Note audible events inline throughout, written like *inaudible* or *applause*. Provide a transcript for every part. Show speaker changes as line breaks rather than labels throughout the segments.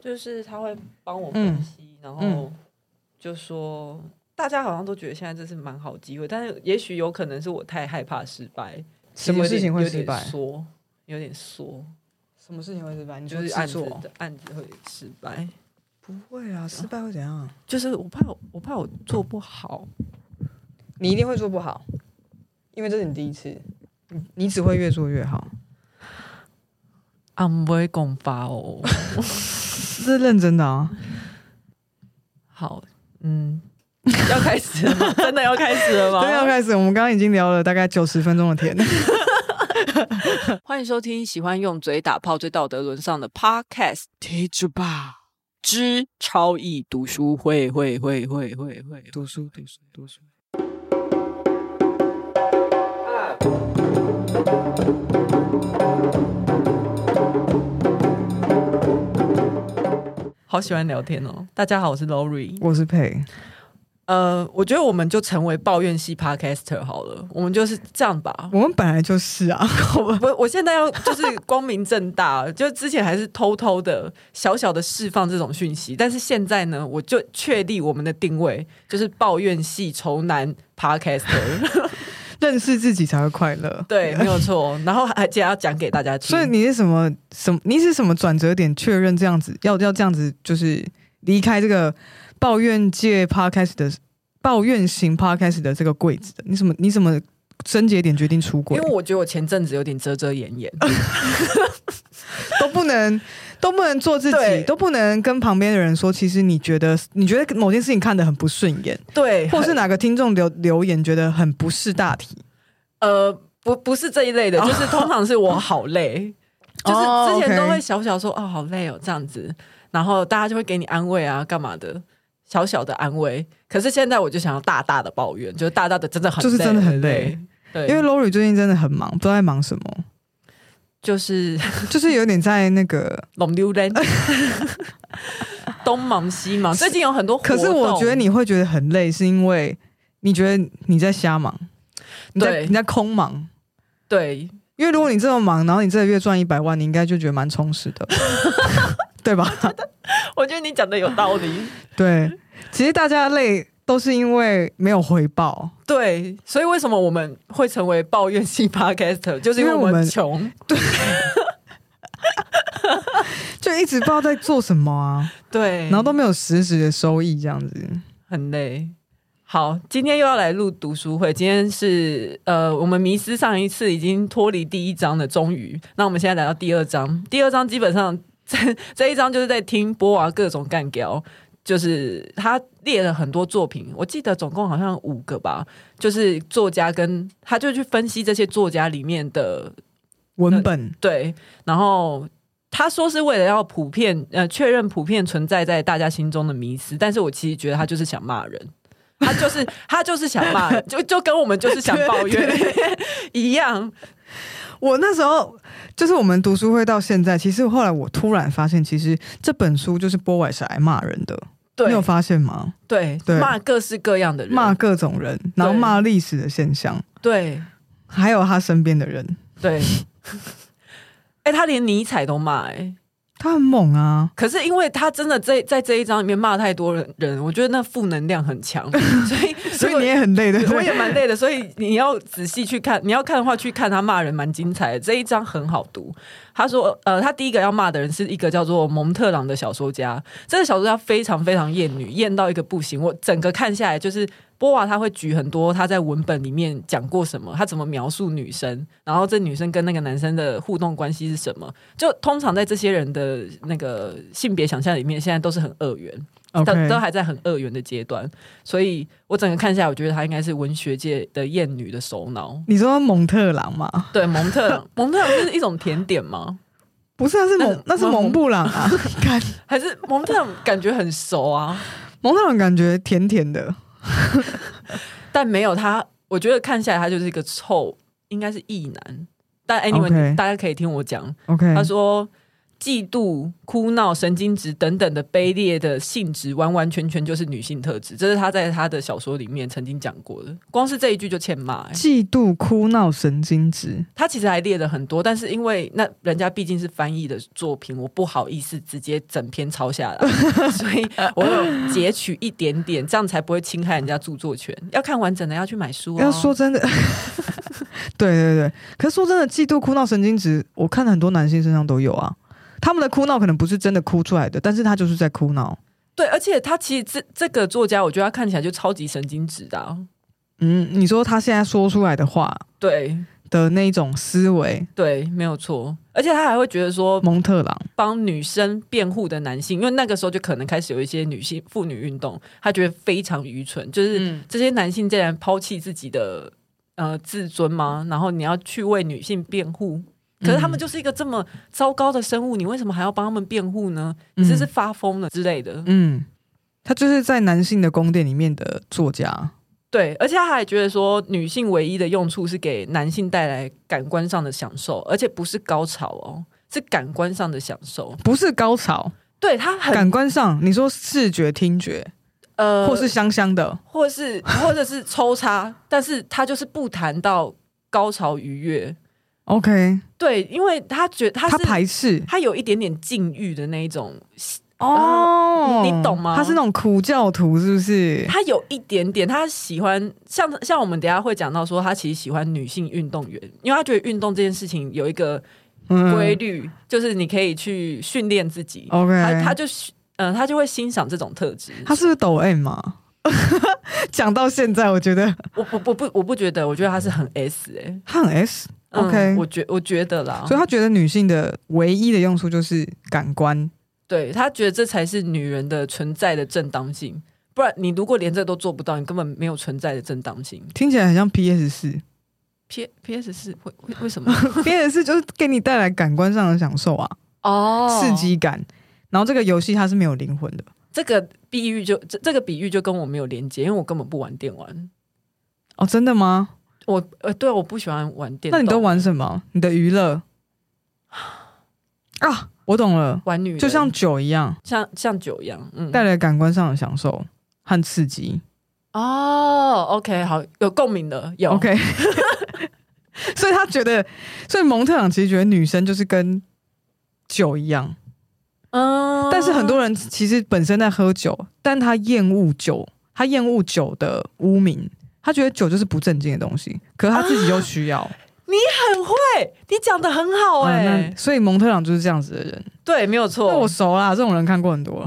就是他会帮我
嗯
分析，然后
嗯
就说大家好像都觉得现在这是蛮好机会，但是也许有可能是我太害怕失败，
什么事情会
有点
失败？
缩有点缩，
什么事情会失败？你
就是
按
案子
做？
的案子会失败，
不会啊，失败会怎样？
就是我怕我我怕我做不好，
你一定会做不好，因为这是你第一次，你嗯你只会越做越好，
啊不会共发哦。
这是认真的啊。
*laughs* 好，嗯，要开始了吗？真的要开始了吗？
*laughs* 对，要啊开始，我们刚刚已经聊了大概九十分钟的 *laughs* 甜。
欢迎收听喜欢用嘴打炮、最道德沦丧的 Podcast，听着吧之超易读书会会会会会会。
读书，读书，读书。
好喜欢聊天哦！大家好，我是 Lori。
我是佩，
呃，我觉得我们就成为抱怨系 Podcaster 好了，我们就是这样吧。
我们本来就是啊，
我我我现在要就是光明正大， *laughs* 就之前还是偷偷的小小的释放这种讯息，但是现在呢，我就确立我们的定位，就是抱怨系仇男 Podcaster。 *laughs*
认识自己才会快乐。
对，没有错。然后而且要讲给大家听，
所以你是什么什么？你是什么转折点确认这样子要要这样子，就是离开这个抱怨界 podcast 的抱怨型 podcast 的这个柜子的？你什么你什么症结点决定出轨
因为？我觉得我前阵子有点遮遮掩
*laughs*
掩，
都不能都不能做自己
对，
都不能跟旁边的人说，其实你觉得你觉得某件事情看得很不顺眼，
对，
或是哪个听众留留言觉得很不是大体。
呃，不不是这一类的，就是通常是我好 *laughs* 累，就是
哦
之前都
OK
会小小说哦好累哦这样子，然后大家就会给你安慰啊干嘛的。小小的安慰，可是现在我就想要大大的抱怨，就是大大的真的很累，
就是真的很累
对，对，
因为 Lori 最近真的很忙，不知道在忙什么，
就是 *laughs*
就是有点在那个
龙溜人， *laughs* 东忙西忙，最近有很多活
可
动。
是我觉得你会觉得很累，是因为你觉得你在瞎忙，你在
对
你在空忙。
对
因为如果你这么忙，然后你这个月赚一百万，你应该就觉得蛮充实
*laughs*
的，对吧？
我觉得你讲的有道理，
对，其实大家累都是因为没有回报，
*laughs* 对，所以为什么我们会成为抱怨系 *laughs* podcaster，就是因为我
因为我
们
们
穷。
就一直不知道在做什么啊，
对，
然后都没有实质的收益，这样子。
很累。好，今天又要来录读书会。今天是呃，我们迷失上一次已经脱离第一章了，终于。那我们现在来到第二章，第二章基本上这这一章就是在听波娃各种干掉，就是他列了很多作品，我记得总共好像五个吧，就是作家跟他就去分析这些作家里面的
文本
对，然后他说是为了要普遍呃确认普遍存在在大家心中的迷思，但是我其实觉得他就是想骂人。他就是他就是想骂人，就就跟我们就是想抱怨 *laughs* 一样。
我那时候就是我们读书会到现在，其实后来我突然发现，其实这本书就是波外是来骂人的，你有
对
发现吗？
对
对
骂各式各样的人，
骂各种人，然后骂历史的现象，
对
还有他身边的人，
对。哎、他连尼采都骂哎、
他很猛啊！
可是因为他真的在在这一章里面骂太多人人，我觉得那负能量很强，所以
*laughs* 所以
我
你也很累的，
我也蛮累的，所以你要仔细去看，你要看的话去看他骂人蛮精彩的。这一章很好读。他说，呃，他第一个要骂的人是一个叫做蒙特朗的小说家，这个小说家非常非常厌女，厌到一个不行。我整个看下来就是。波娃他会举很多他在文本里面讲过什么，他怎么描述女生，然后这女生跟那个男生的互动关系是什么？就通常在这些人的那个性别想象里面，现在都是很二元。都
OK，
都还在很二元的阶段，所以我整个看下来，我觉得她应该是文学界的艳女的首脑。
你说蒙特朗吗？
对，蒙特
*laughs*
朗，蒙特朗是一种甜点吗？
不是，那是蒙，
那
那
是
是蒙布朗啊！
*laughs*
感
还是蒙特朗感觉很熟啊？
蒙特朗感觉甜甜的，
但没有他，我觉得看下来他就是一个臭，应该是异男。但 anyway，、
OK
大家可以听我讲，
OK，
他说。嫉妒、哭闹、神经质等等的卑劣的性质，完完全全就是女性特质。这是他在他的小说里面曾经讲过的。光是这一句就欠骂、欸。
嫉妒、哭闹、神经质，
他其实还列了很多，但是因为那人家毕竟是翻译的作品，我不好意思直接整篇抄下
*laughs*
来，所以我有截取一点点，这样才不会侵害人家著作权。要看完整的，要去买书、哦。
要
*laughs*
说真的，对对对。可是说真的，嫉妒、哭闹、神经质，我看很多男性身上都有啊。他们的哭闹可能不是真的哭出来的，但是他就是在哭闹。
对，而且他其实这这个作家，我觉得他看起来就超级神经质的、啊。
嗯，你说他现在说出来的话
对
的那一种思维，
对，没有错。而且他还会觉得说，
蒙特朗
帮女生辩护的男性，因为那个时候就可能开始有一些女性妇女运动，他觉得非常愚蠢，就是
嗯
这些男性竟然抛弃自己的呃自尊吗？然后你要去为女性辩护，可是他们就是一个这么糟糕的生物，你为什么还要帮他们辩护呢？你是不是发疯了之类的？
嗯，他就是在男性的宫殿里面的作家。
对，而且他还觉得说，女性唯一的用处是给男性带来感官上的享受，而且不是高潮哦，是感官上的享受。
不是高潮，
对他很
感官上，你说视觉、听觉，
呃，
或是香香的，
或是或者是抽插， *laughs* 但是他就是不谈到高潮愉悦。
OK，
对，因为他觉得他
他
是
排斥
他有一点点禁欲的那一种，
哦
你懂吗
他是那种苦教徒，是不是？
他有一点点他喜欢像像我们等一下会讲到说，他其实喜欢女性运动员，因为他觉得运动这件事情有一个规
嗯
律，就是你可以去训练自己。
，OK，
他他就嗯、呃，他就会欣赏这种特质。
他是不是抖 M 嘛？ *laughs* 讲到现在，我觉得
我不不不，我不觉得，我觉得他是很 S 哎、欸
他很 S，
嗯
OK
我觉我觉得啦，
所以他觉得女性的唯一的用处就是感官。
对他觉得这才是女人的存在的正当性，不然你如果连这都做不到，你根本没有存在的正当性。
听起来很像 PS 四
P P S 是为为为什么？ *laughs*
，PS 四就是给你带来感官上的享受啊，
哦
刺，激感。然后这个游戏它是没有灵魂的，
这个比喻就这这个比喻就跟我没有连接，因为我根本不玩电玩。
哦，真的吗？
我呃，对，我不喜欢玩电动。
那你都玩什么？你的娱乐啊，我懂了，
玩女人，
就像酒一样，
像像酒一样，嗯，
带来感官上的享受和刺激。
哦，OK，好，有共鸣的，有
OK，所以他觉得，所以蒙特朗其实觉得女生就是跟酒一样，
嗯，
但是很多人其实本身在喝酒，但他厌恶酒，他厌恶酒的污名，他觉得酒就是不正经的东西，可是他自己又
*laughs*
需要。
很会，你讲的很好哎、
嗯那所以蒙特朗就是这样子的人。
对，没有
那
错
我。熟啦，这种人看过很
哦
多。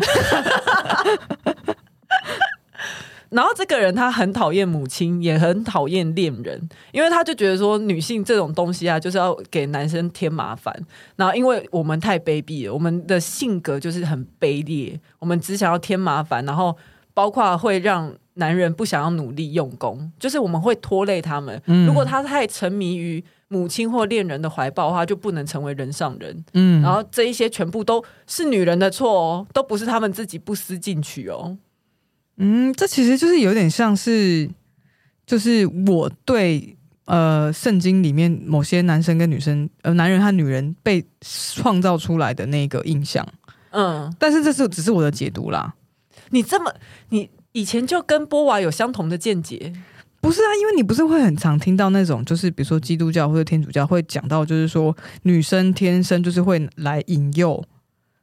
然后这个人他很讨厌母亲，也很讨厌恋人，因为他就觉得说女性这种东西啊，就是要给男生添麻烦。然后因为我们太卑鄙了，我们的性格就是很卑劣，我们只想要添麻烦，然后包括会让男人不想要努力用功，就是我们会拖累他们。
嗯
如果他太沉迷于母亲或恋人的怀抱的话，就不能成为人上人。
嗯，
然后这一些全部都是女人的错哦，都不是他们自己不思进取哦。
嗯，这其实就是有点像是，就是我对呃圣经里面某些男生跟女生，呃男人和女人被创造出来的那个印象。
嗯，
但是这是只是我的解读啦，
你这么你以前就跟波娃有相同的见解，
不是啊，因为你不是会很常听到那种，就是比如说基督教或者天主教会讲到，就是说女生天生就是会来引诱，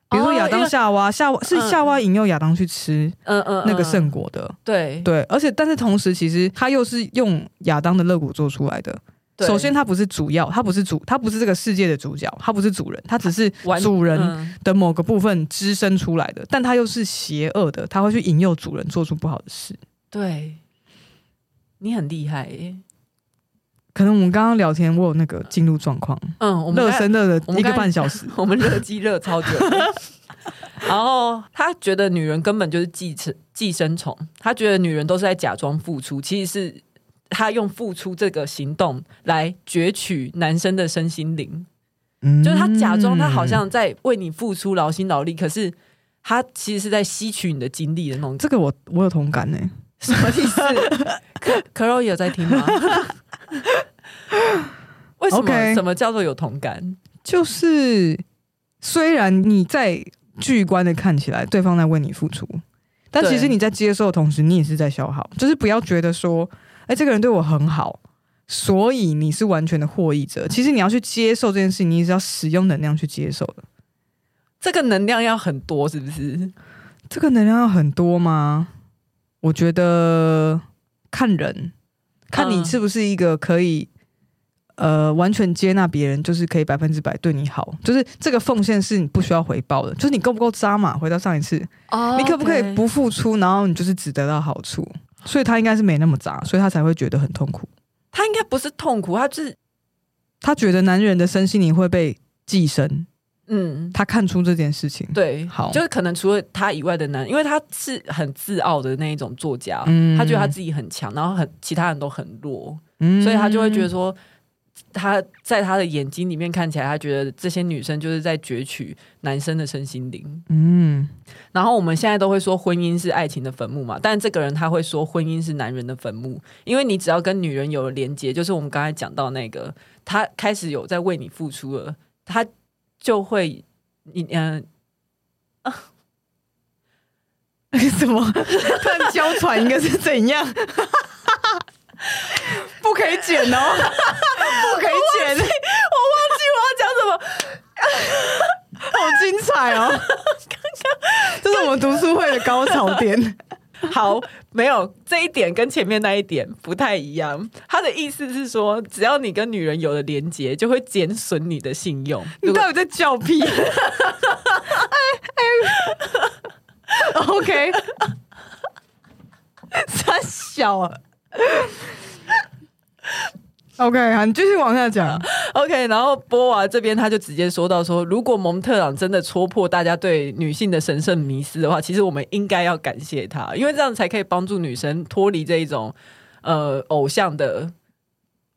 比如
哦
说亚
因
当
为
夏娃，夏娃是
嗯
夏娃引诱亚当去吃
嗯嗯，
那个
嗯
圣果的，
对
对，而且但是同时，其实它又是用亚当的肋骨做出来的。
对
首先，它不是主要，它不是主，它不是这个世界的主角，它不是主人，它只是
完
主人
嗯
的某个部分滋生出来的，但它又是邪恶的，它会去引诱主人做出不好的事。
对，你很厉害耶。
可能我们刚刚聊天，我有那个进入状况，
嗯，我们
热
刚
身热
我
了
们
一个
刚才
半小时。
*laughs* 我们热鸡热超久。 *laughs* 然后他觉得女人根本就是寄生寄生虫，他觉得女人都是在假装付出，其实是他用付出这个行动来攫取男生的身心灵，
嗯
就是他假装他好像在为你付出劳心劳力，可是他其实是在吸取你的精力的那种。
这个我我有同感呢、欸
什么意思？可可肉也有在听吗？ *laughs* 为什么
OK
什么叫做有同感？
就是虽然你在巨观的看起来对方在为你付出，但
对
其实你在接受的同时，你也是在消耗。就是不要觉得说，哎、这个人对我很好，所以你是完全的获益者。其实你要去接受这件事情，你也是要使用能量去接受的。
这个能量要很多，是不是？
这个能量要很多吗？我觉得看人，看你
嗯
是不是一个可以、呃完全接纳别人，就是可以百分之百对你好，就是这个奉献是你不需要回报的，就是你够不够渣嘛？回到上一次，
哦
你可不可以不付出，然后你就是只得到好处？所以他应该是没那么渣，所以他才会觉得很痛苦。
他应该不是痛苦，他就是
他觉得男人的身心灵会被寄生，
嗯，
他看出这件事情。，
对，
好
就是可能除了他以外的男，因为他是很自傲的那一种作家，
嗯
啊他觉得他自己很强，然后很其他人都很弱，
嗯
所以他就会觉得说，他在他的眼睛里面看起来，他觉得这些女生就是在攫取男生的身心灵。
嗯，
然后我们现在都会说婚姻是爱情的坟墓嘛，但这个人他会说婚姻是男人的坟墓，因为你只要跟女人有了连接，就是我们刚才讲到那个，他开始有在为你付出了，他就会你嗯、
*laughs* 什么？突然娇喘一个是怎样？ *laughs* 不可以剪哦，不可以剪，
我忘记我要讲什么，
好精彩哦！这是我们读书会的高潮点。
好，没有这一点跟前面那一点不太一样。他的意思是说，只要你跟女人有了连结，就会减损你的信用。
你
如果
到底在叫屁？OK，三小啊。OK，好，你继续往下讲。
OK，然后波娃这边他就直接说到说，如果蒙特朗真的戳破大家对女性的神圣迷思的话，其实我们应该要感谢他，因为这样才可以帮助女生脱离这一种呃偶像的。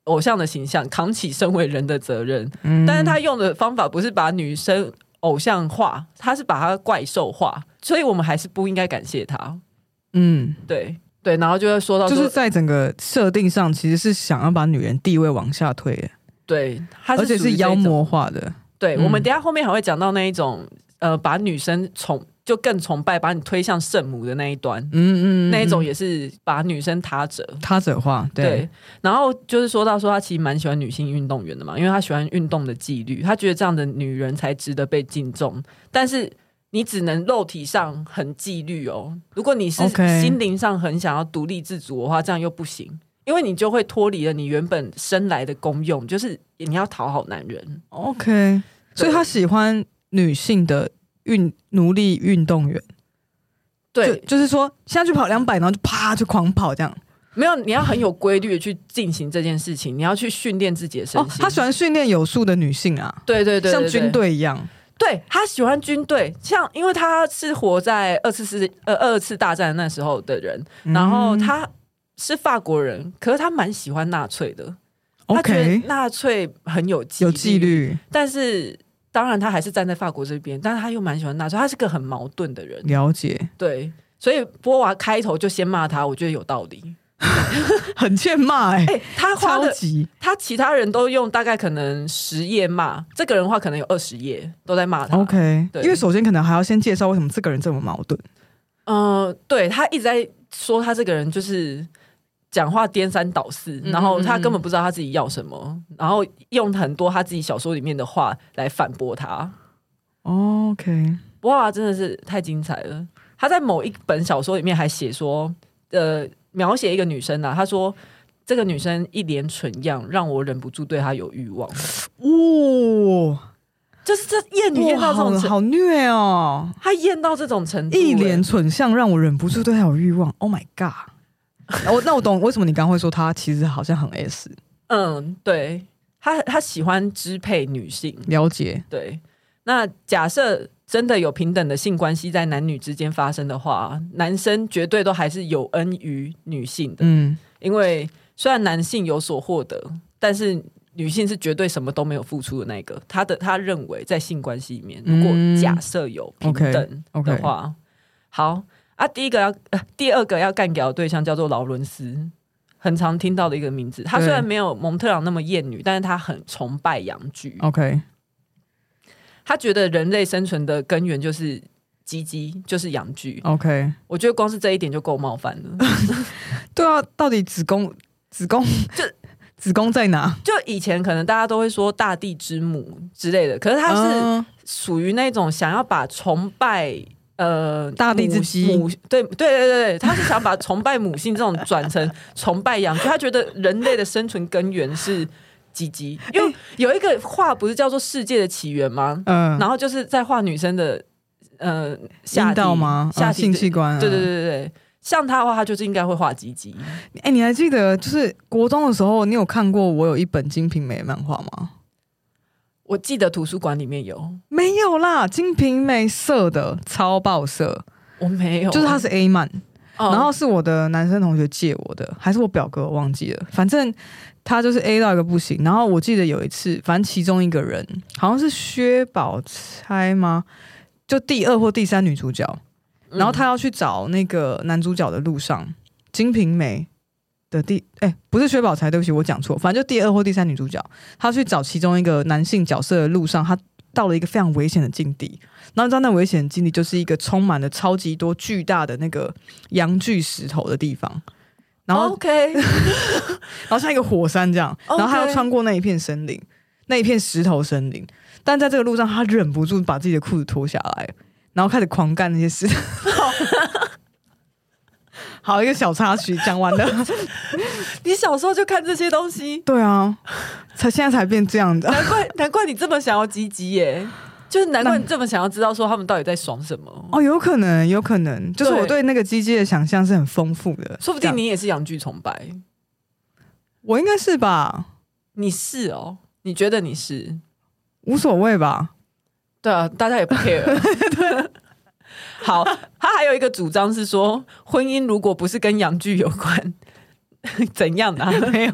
偶像的形象扛起身为人的责任，
嗯
但是他用的方法不是把女生偶像化，他是把她怪兽化，所以我们还是不应该感谢他。
嗯，
对对，然后就会说到
就
说，
是在整个设定上，其实是想要把女人地位往下推的，
对，他
而且
属于
是
这
妖
种。
魔化的。
对，
嗯
我们等一下后面还会讲到那一种呃，把女生崇就更崇拜，把你推向圣母的那一端，
嗯嗯，
那一种
嗯
也是把女生他者。
他者化，对，
对，然后就是说到说他其实蛮喜欢女性运动员的嘛，因为他喜欢运动的纪律，他觉得这样的女人才值得被敬重。但是你只能肉体上很纪律哦，如果你是
OK
心灵上很想要独立自主的话，这样又不行，因为你就会脱离了你原本生来的功用，就是你要讨好男人。
OK，所以他喜欢女性的运奴隶运动员，就
对，
就是说现在去跑两百，然后就啪就狂跑这样。
没有你要很有规律的去进行这件事情，你要去训练自己的身
哦，
心。
他喜欢训练有素的女性啊，
对对对对
像
对
军队一样。
对他喜欢军队，像因为他是活在二次世呃二次大战那时候的人，然后
嗯
他是法国人，可是他蛮喜欢纳粹的，他觉得
嗯 OK
纳粹很有纪
有纪，律，
但是当然他还是站在法国这边，但是他又蛮喜欢纳粹，他是个很矛盾的人，
了
*laughs*
解，
对，所以波娃开头就先骂他，我觉得有道理。
很欠骂哎、
哎、他花
超
的
级
他其他人都用大概可能十页骂，这个人的话可能有二十页都在骂他。
OK。
对
因为首先可能还要先介绍为什么这个人这么矛盾。
嗯、对他一直在说他这个人就是讲话颠三倒四，
嗯
然后他根本不知道他自己要什么，然后用很多他自己小说里面的话来反驳他。
哦 OK，
哇，真的是太精彩了！他在某一本小说里面还写说，呃，描写一个女生啊，他说这个女生一脸蠢样，让我忍不住对她有欲望，
哇，
就是这厌女厌到这种
哇好
程，
好虐哦，
她厌到这种程度、欸
一脸蠢相让我忍不住对他有欲望。Oh my god！我那我懂为什么你刚刚会说他其实好像很 S，
嗯，对他，他喜欢支配女性。
了解
对，那假设真的有平等的性关系在男女之间发生的话，男生绝对都还是有恩于女性的，
嗯
因为虽然男性有所获得，但是女性是绝对什么都没有付出的那个。他的他认为在性关系里面，如果
嗯
假设有平
OK，
等
OK
的话，好啊，第一个要、呃第二个要干掉的对象叫做劳伦斯。很常听到的一个名字，他虽然
对
没有蒙特朗那么艳女，但是他很崇拜洋剧。
OK，
他觉得人类生存的根源就是鸡鸡，就是养具。
OK，
我觉得光是这一点就够冒犯了。
*laughs* 对啊，到底子宫子宫
就
*laughs* 子宫在哪？
就以前可能大家都会说大地之母之类的，可是他是
嗯
属于那种想要把崇拜。呃，
大地之基
母母对对对对对，他是想把崇拜母性这种转成崇拜养，就他觉得人类的生存根源是鸡鸡，因
哎
为有一个话不是叫做世界的起源吗？
嗯，
然后就是在画女生的呃下
阴
体
道吗？
下
啊
体
性器官啊？
对对对对对，像他的话，他就是应该会画鸡鸡。
哎、你还记得就是国中的时候，你有看过我有一本《金瓶梅》的漫画吗？
我记得图书馆里面有，
没有啦，《金瓶梅》色的超爆色，
我没有，
就是它是 A 漫，
哦，
然后是我的男生同学借我的，还是我表哥我忘记了，反正他就是 A 到一个不行。然后我记得有一次，反正其中一个人好像是薛宝钗吗？就第二或第三女主角，然后他要去找那个男主角的路上，《金瓶梅》的第哎、不是薛宝钗，对不起，我讲错，反正就第二或第三女主角，她去找其中一个男性角色的路上，她到了一个非常危险的境地。然后你知道那危险的境地就是一个充满了超级多巨大的那个阳具石头的地方，然后、
哦 OK， *laughs* 哦
然后像一个火山这样，然后他要
OK
穿过那一片森林，那一片石头森林。但在这个路上，他忍不住把自己的裤子脱下来，然后开始狂干那些事。 *laughs* 好，一个小插曲讲
*laughs*
完了。
你小时候就看这些东西，
对啊，才现在才变这样的。
难怪 *laughs* 难怪你这么想要鸡鸡耶，就是难怪你这么想要知道说他们到底在爽什么。
哦，有可能，有可能，就是
对
我对那个鸡鸡的想象是很丰富的。
说不
这
定
样
你也是洋剧崇拜，
我应该是吧，
你是哦？你觉得你是？
无所谓吧。
对啊，大家 *laughs* 也不 care。好，他还有一个主张是说，婚姻如果不是跟洋剧有关， *laughs* 怎样 *laughs* 啊？
没有，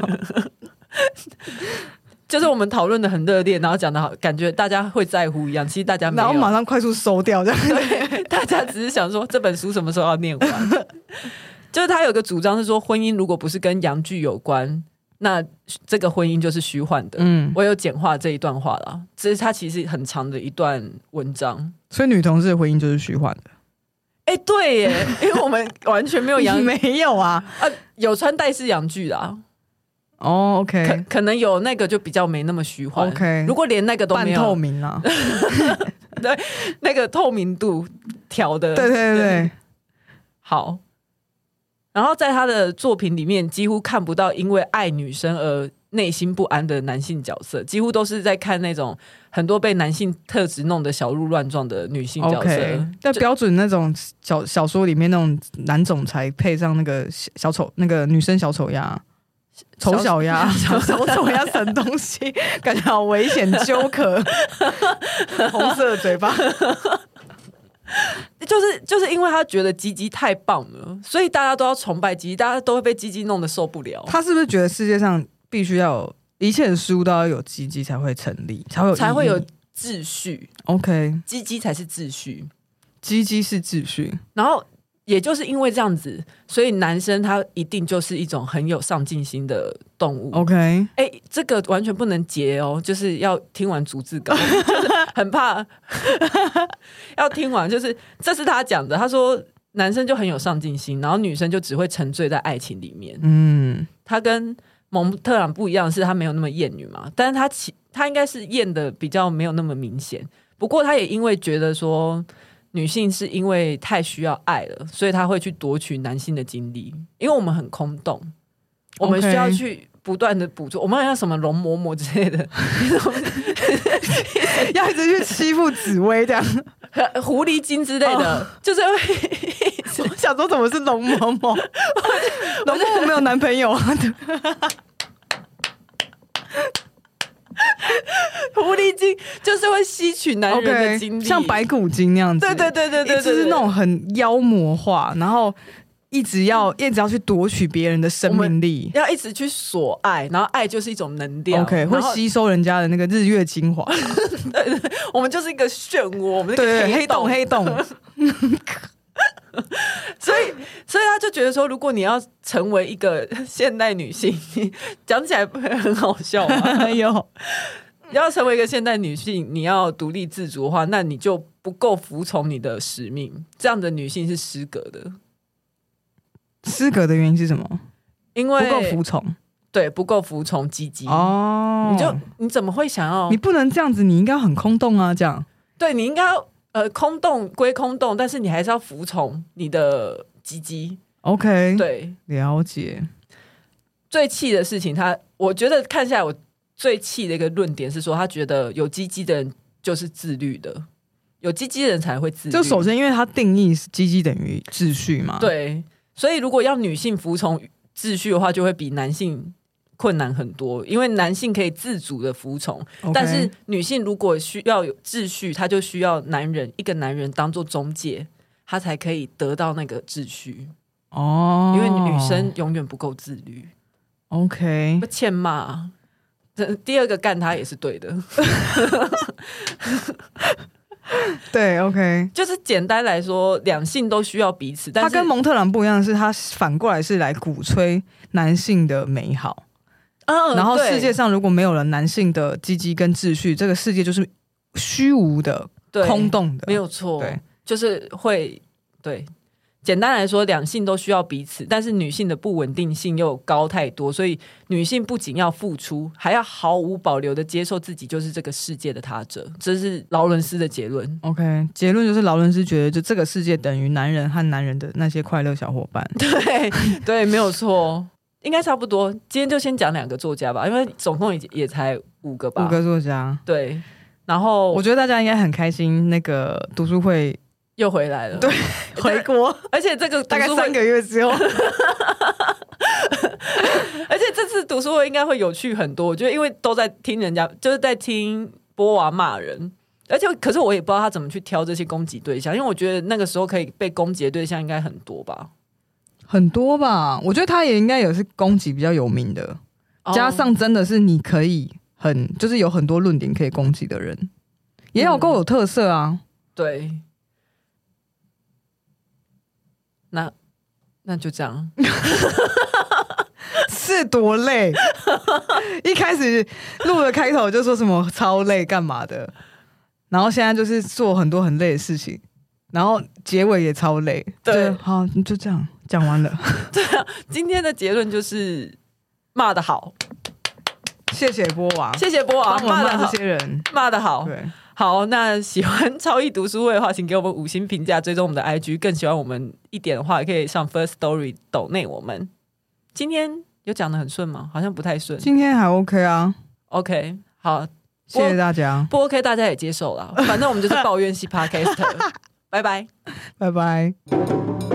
就是我们讨论的很热烈，然后讲的好，感觉大家会在乎一样，其实大家没
然后马
有，
上快速收掉这样。
*laughs* 大家只是想说这本书什么时候要念完。 *laughs* 就是他有个主张是说，婚姻如果不是跟洋剧有关，那这个婚姻就是虚幻的。
嗯，
我有简化这一段话啦，这是他其实很长的一段文章。
所以女同事的回应就是虚幻
*laughs*
的。
哎、对耶，因为我
*laughs*
们完全没有洋
没有啊。
啊，有穿戴式洋具啦，
哦，OK、o
可
k
可能有那个就比较没那么虚幻。
OK
如果连那个都
半
没
透
有，
明啊，
那个透明度调的，
对对对对，
好。然后在他的作品里面，几乎看不到因为爱女生而内心不安的男性角色，几乎都是在看那种很多被男性特质弄得小鹿乱撞的女性角色。
OK，但标准那种小小说里面那种男总裁配上那个小小丑那个女生小丑鸭。丑小鸭，小 *laughs* 丑丑鸭什么东西？感觉好危险，纠 *laughs* 葛，红色的嘴巴。
就是就是因为他觉得鸡鸡太棒了，所以大家都要崇拜鸡鸡，大家都会被鸡鸡弄得受不了。
他是不是觉得世界上必须要有一切的事物都要有鸡鸡才会成立，才会有
才会
意义
有秩序，
OK？
鸡鸡才是秩序。
鸡鸡是秩序，
然后也就是因为这样子，所以男生他一定就是一种很有上进心的动
哦
物。
OK，
哎、这个完全不能截哦，就是要听完逐字稿，就是很怕 *laughs* 要听完。就是这是他讲的，他说男生就很有上进心，然后女生就只会沉醉在爱情里面。
嗯，
他跟蒙特朗不一样的是，他没有那么厌女嘛，但是他其他应该是厌的比较没有那么明显。不过他也因为觉得说女性是因为太需要爱了，所以他会去夺取男性的精力，因为我们很空洞，我们
OK
需要去不断的补助，我们好像什么容嬷嬷之类的，
*laughs*
*laughs*
要一直去欺负紫薇这样。
狐狸精之类的，
哦
就是会
*laughs*
*laughs*
我想说，怎么是龙嬷嬷？ *laughs* 龙嬷嬷没有男朋 *laughs* 友啊？
狐狸精就是会吸取男人的精
OK，
力，
像白骨精那样子，欸
对对对对对对，
就是
对
那种很妖魔化，然后一直要一直要去夺取别人的生命力。
要一直去索爱，然后爱就是一种能量
OK，会
然后
吸收人家的嗯那个日月精华，
我们就是一个漩涡，我们
对
是一个
对，对黑洞
洞。
黑洞， *laughs*
所以他就觉得说，如果你要成为 *laughs*
*laughs*
一个现代女性，讲起来不会很好笑吗？啊
哎呦，
要成为一个现代女性，你要独立自主的话，那你就不够服从你的使命。这样的女性是失格的，
失格的原因是什么？
因
不
为
够服从
对不够服从积极。
哦，
你就你怎么会想要
你？不能这样子，你应该很空洞啊，这样
对你应该要呃空洞归空洞，但是你还是要服从你的积极。
OK，
对，
了解，
最气的事情他，我觉得看下来，我最气的一个论点是说，他觉得有鸡鸡的人就是自律的，有鸡鸡的人才会自律。
就首先因为它定义是积极等于秩序嘛，，
对，所以如果要女性服从秩序的话，就会比男性困难很多，因为男性可以自主的服从，但是女性如果需要有秩序，她就需要男人一个男人当做中介，她才可以得到那个秩序，
哦，
因为女生永远不够自律， *laughs*
OK
不欠骂啊。这第二个干他也是对的，
对 OK，
就是简单来说，两性都需要彼此，但
他
是
跟蒙特朗不一样的是，他反过来是来鼓吹男性的美好。
嗯
然后
对
世界上如果没有了男性的积极跟秩序，这个世界就是虚无的、
对
空洞的。
没有错，
对，
就是会对。简单来说，两性都需要彼此，但是女性的不稳定性又高太多，所以女性不仅要付出，还要毫无保留的接受自己就是这个世界的他者。这是劳伦斯的结
*laughs*
论。
OK，结论就是劳伦斯觉得，就这个世界等于男人和男人的那些快乐小伙伴。
对对，没有错，应该差不多。今天就先讲两个作家吧，因为总共也也才五个吧。
五个作家，
对，然后
我
我
觉得大家应该很开心。那个读书会
又回来了。
对，回 *laughs* 国
而且这个
大概
读书会
三个月之后，
*laughs* 而且这次读书会应该会有趣很多，我觉得因为都在听人家，就是在听波娃骂人，而且可是我也不知道他怎么去挑这些攻击对象，因为我觉得那个时候可以被攻击的对象应该很多吧，
*laughs* 很多吧。我觉得他也应该也是攻击比较有名的，哦加上真的是你可以很，就是有很多论点可以攻击的人，也要够有特色啊。
对，那那就这
*laughs*
样，
是多 *laughs* 累？一开始录的开头就说什么超累干嘛的，然后现在就是做很多很累的事情，然后结尾也超累。
对
就好，就这样讲完了，
今天的结论就是骂的好，
*laughs* 谢谢波娃，
谢谢波
帮
娃
我
骂的
骂
好
这。些人。
骂的好，
对，
好，那喜欢超易读书会的话，请给我们五星评价，追踪我们的 IG。更喜欢我们一点的话，也可以上 First Story 抖内我们。今天有讲的很顺吗？好像不太顺。
今天还 OK 啊，
OK，好，
谢谢大家，
不 OK 大家也接受了，反正我们就是抱怨系 Podcast。拜拜。
拜拜。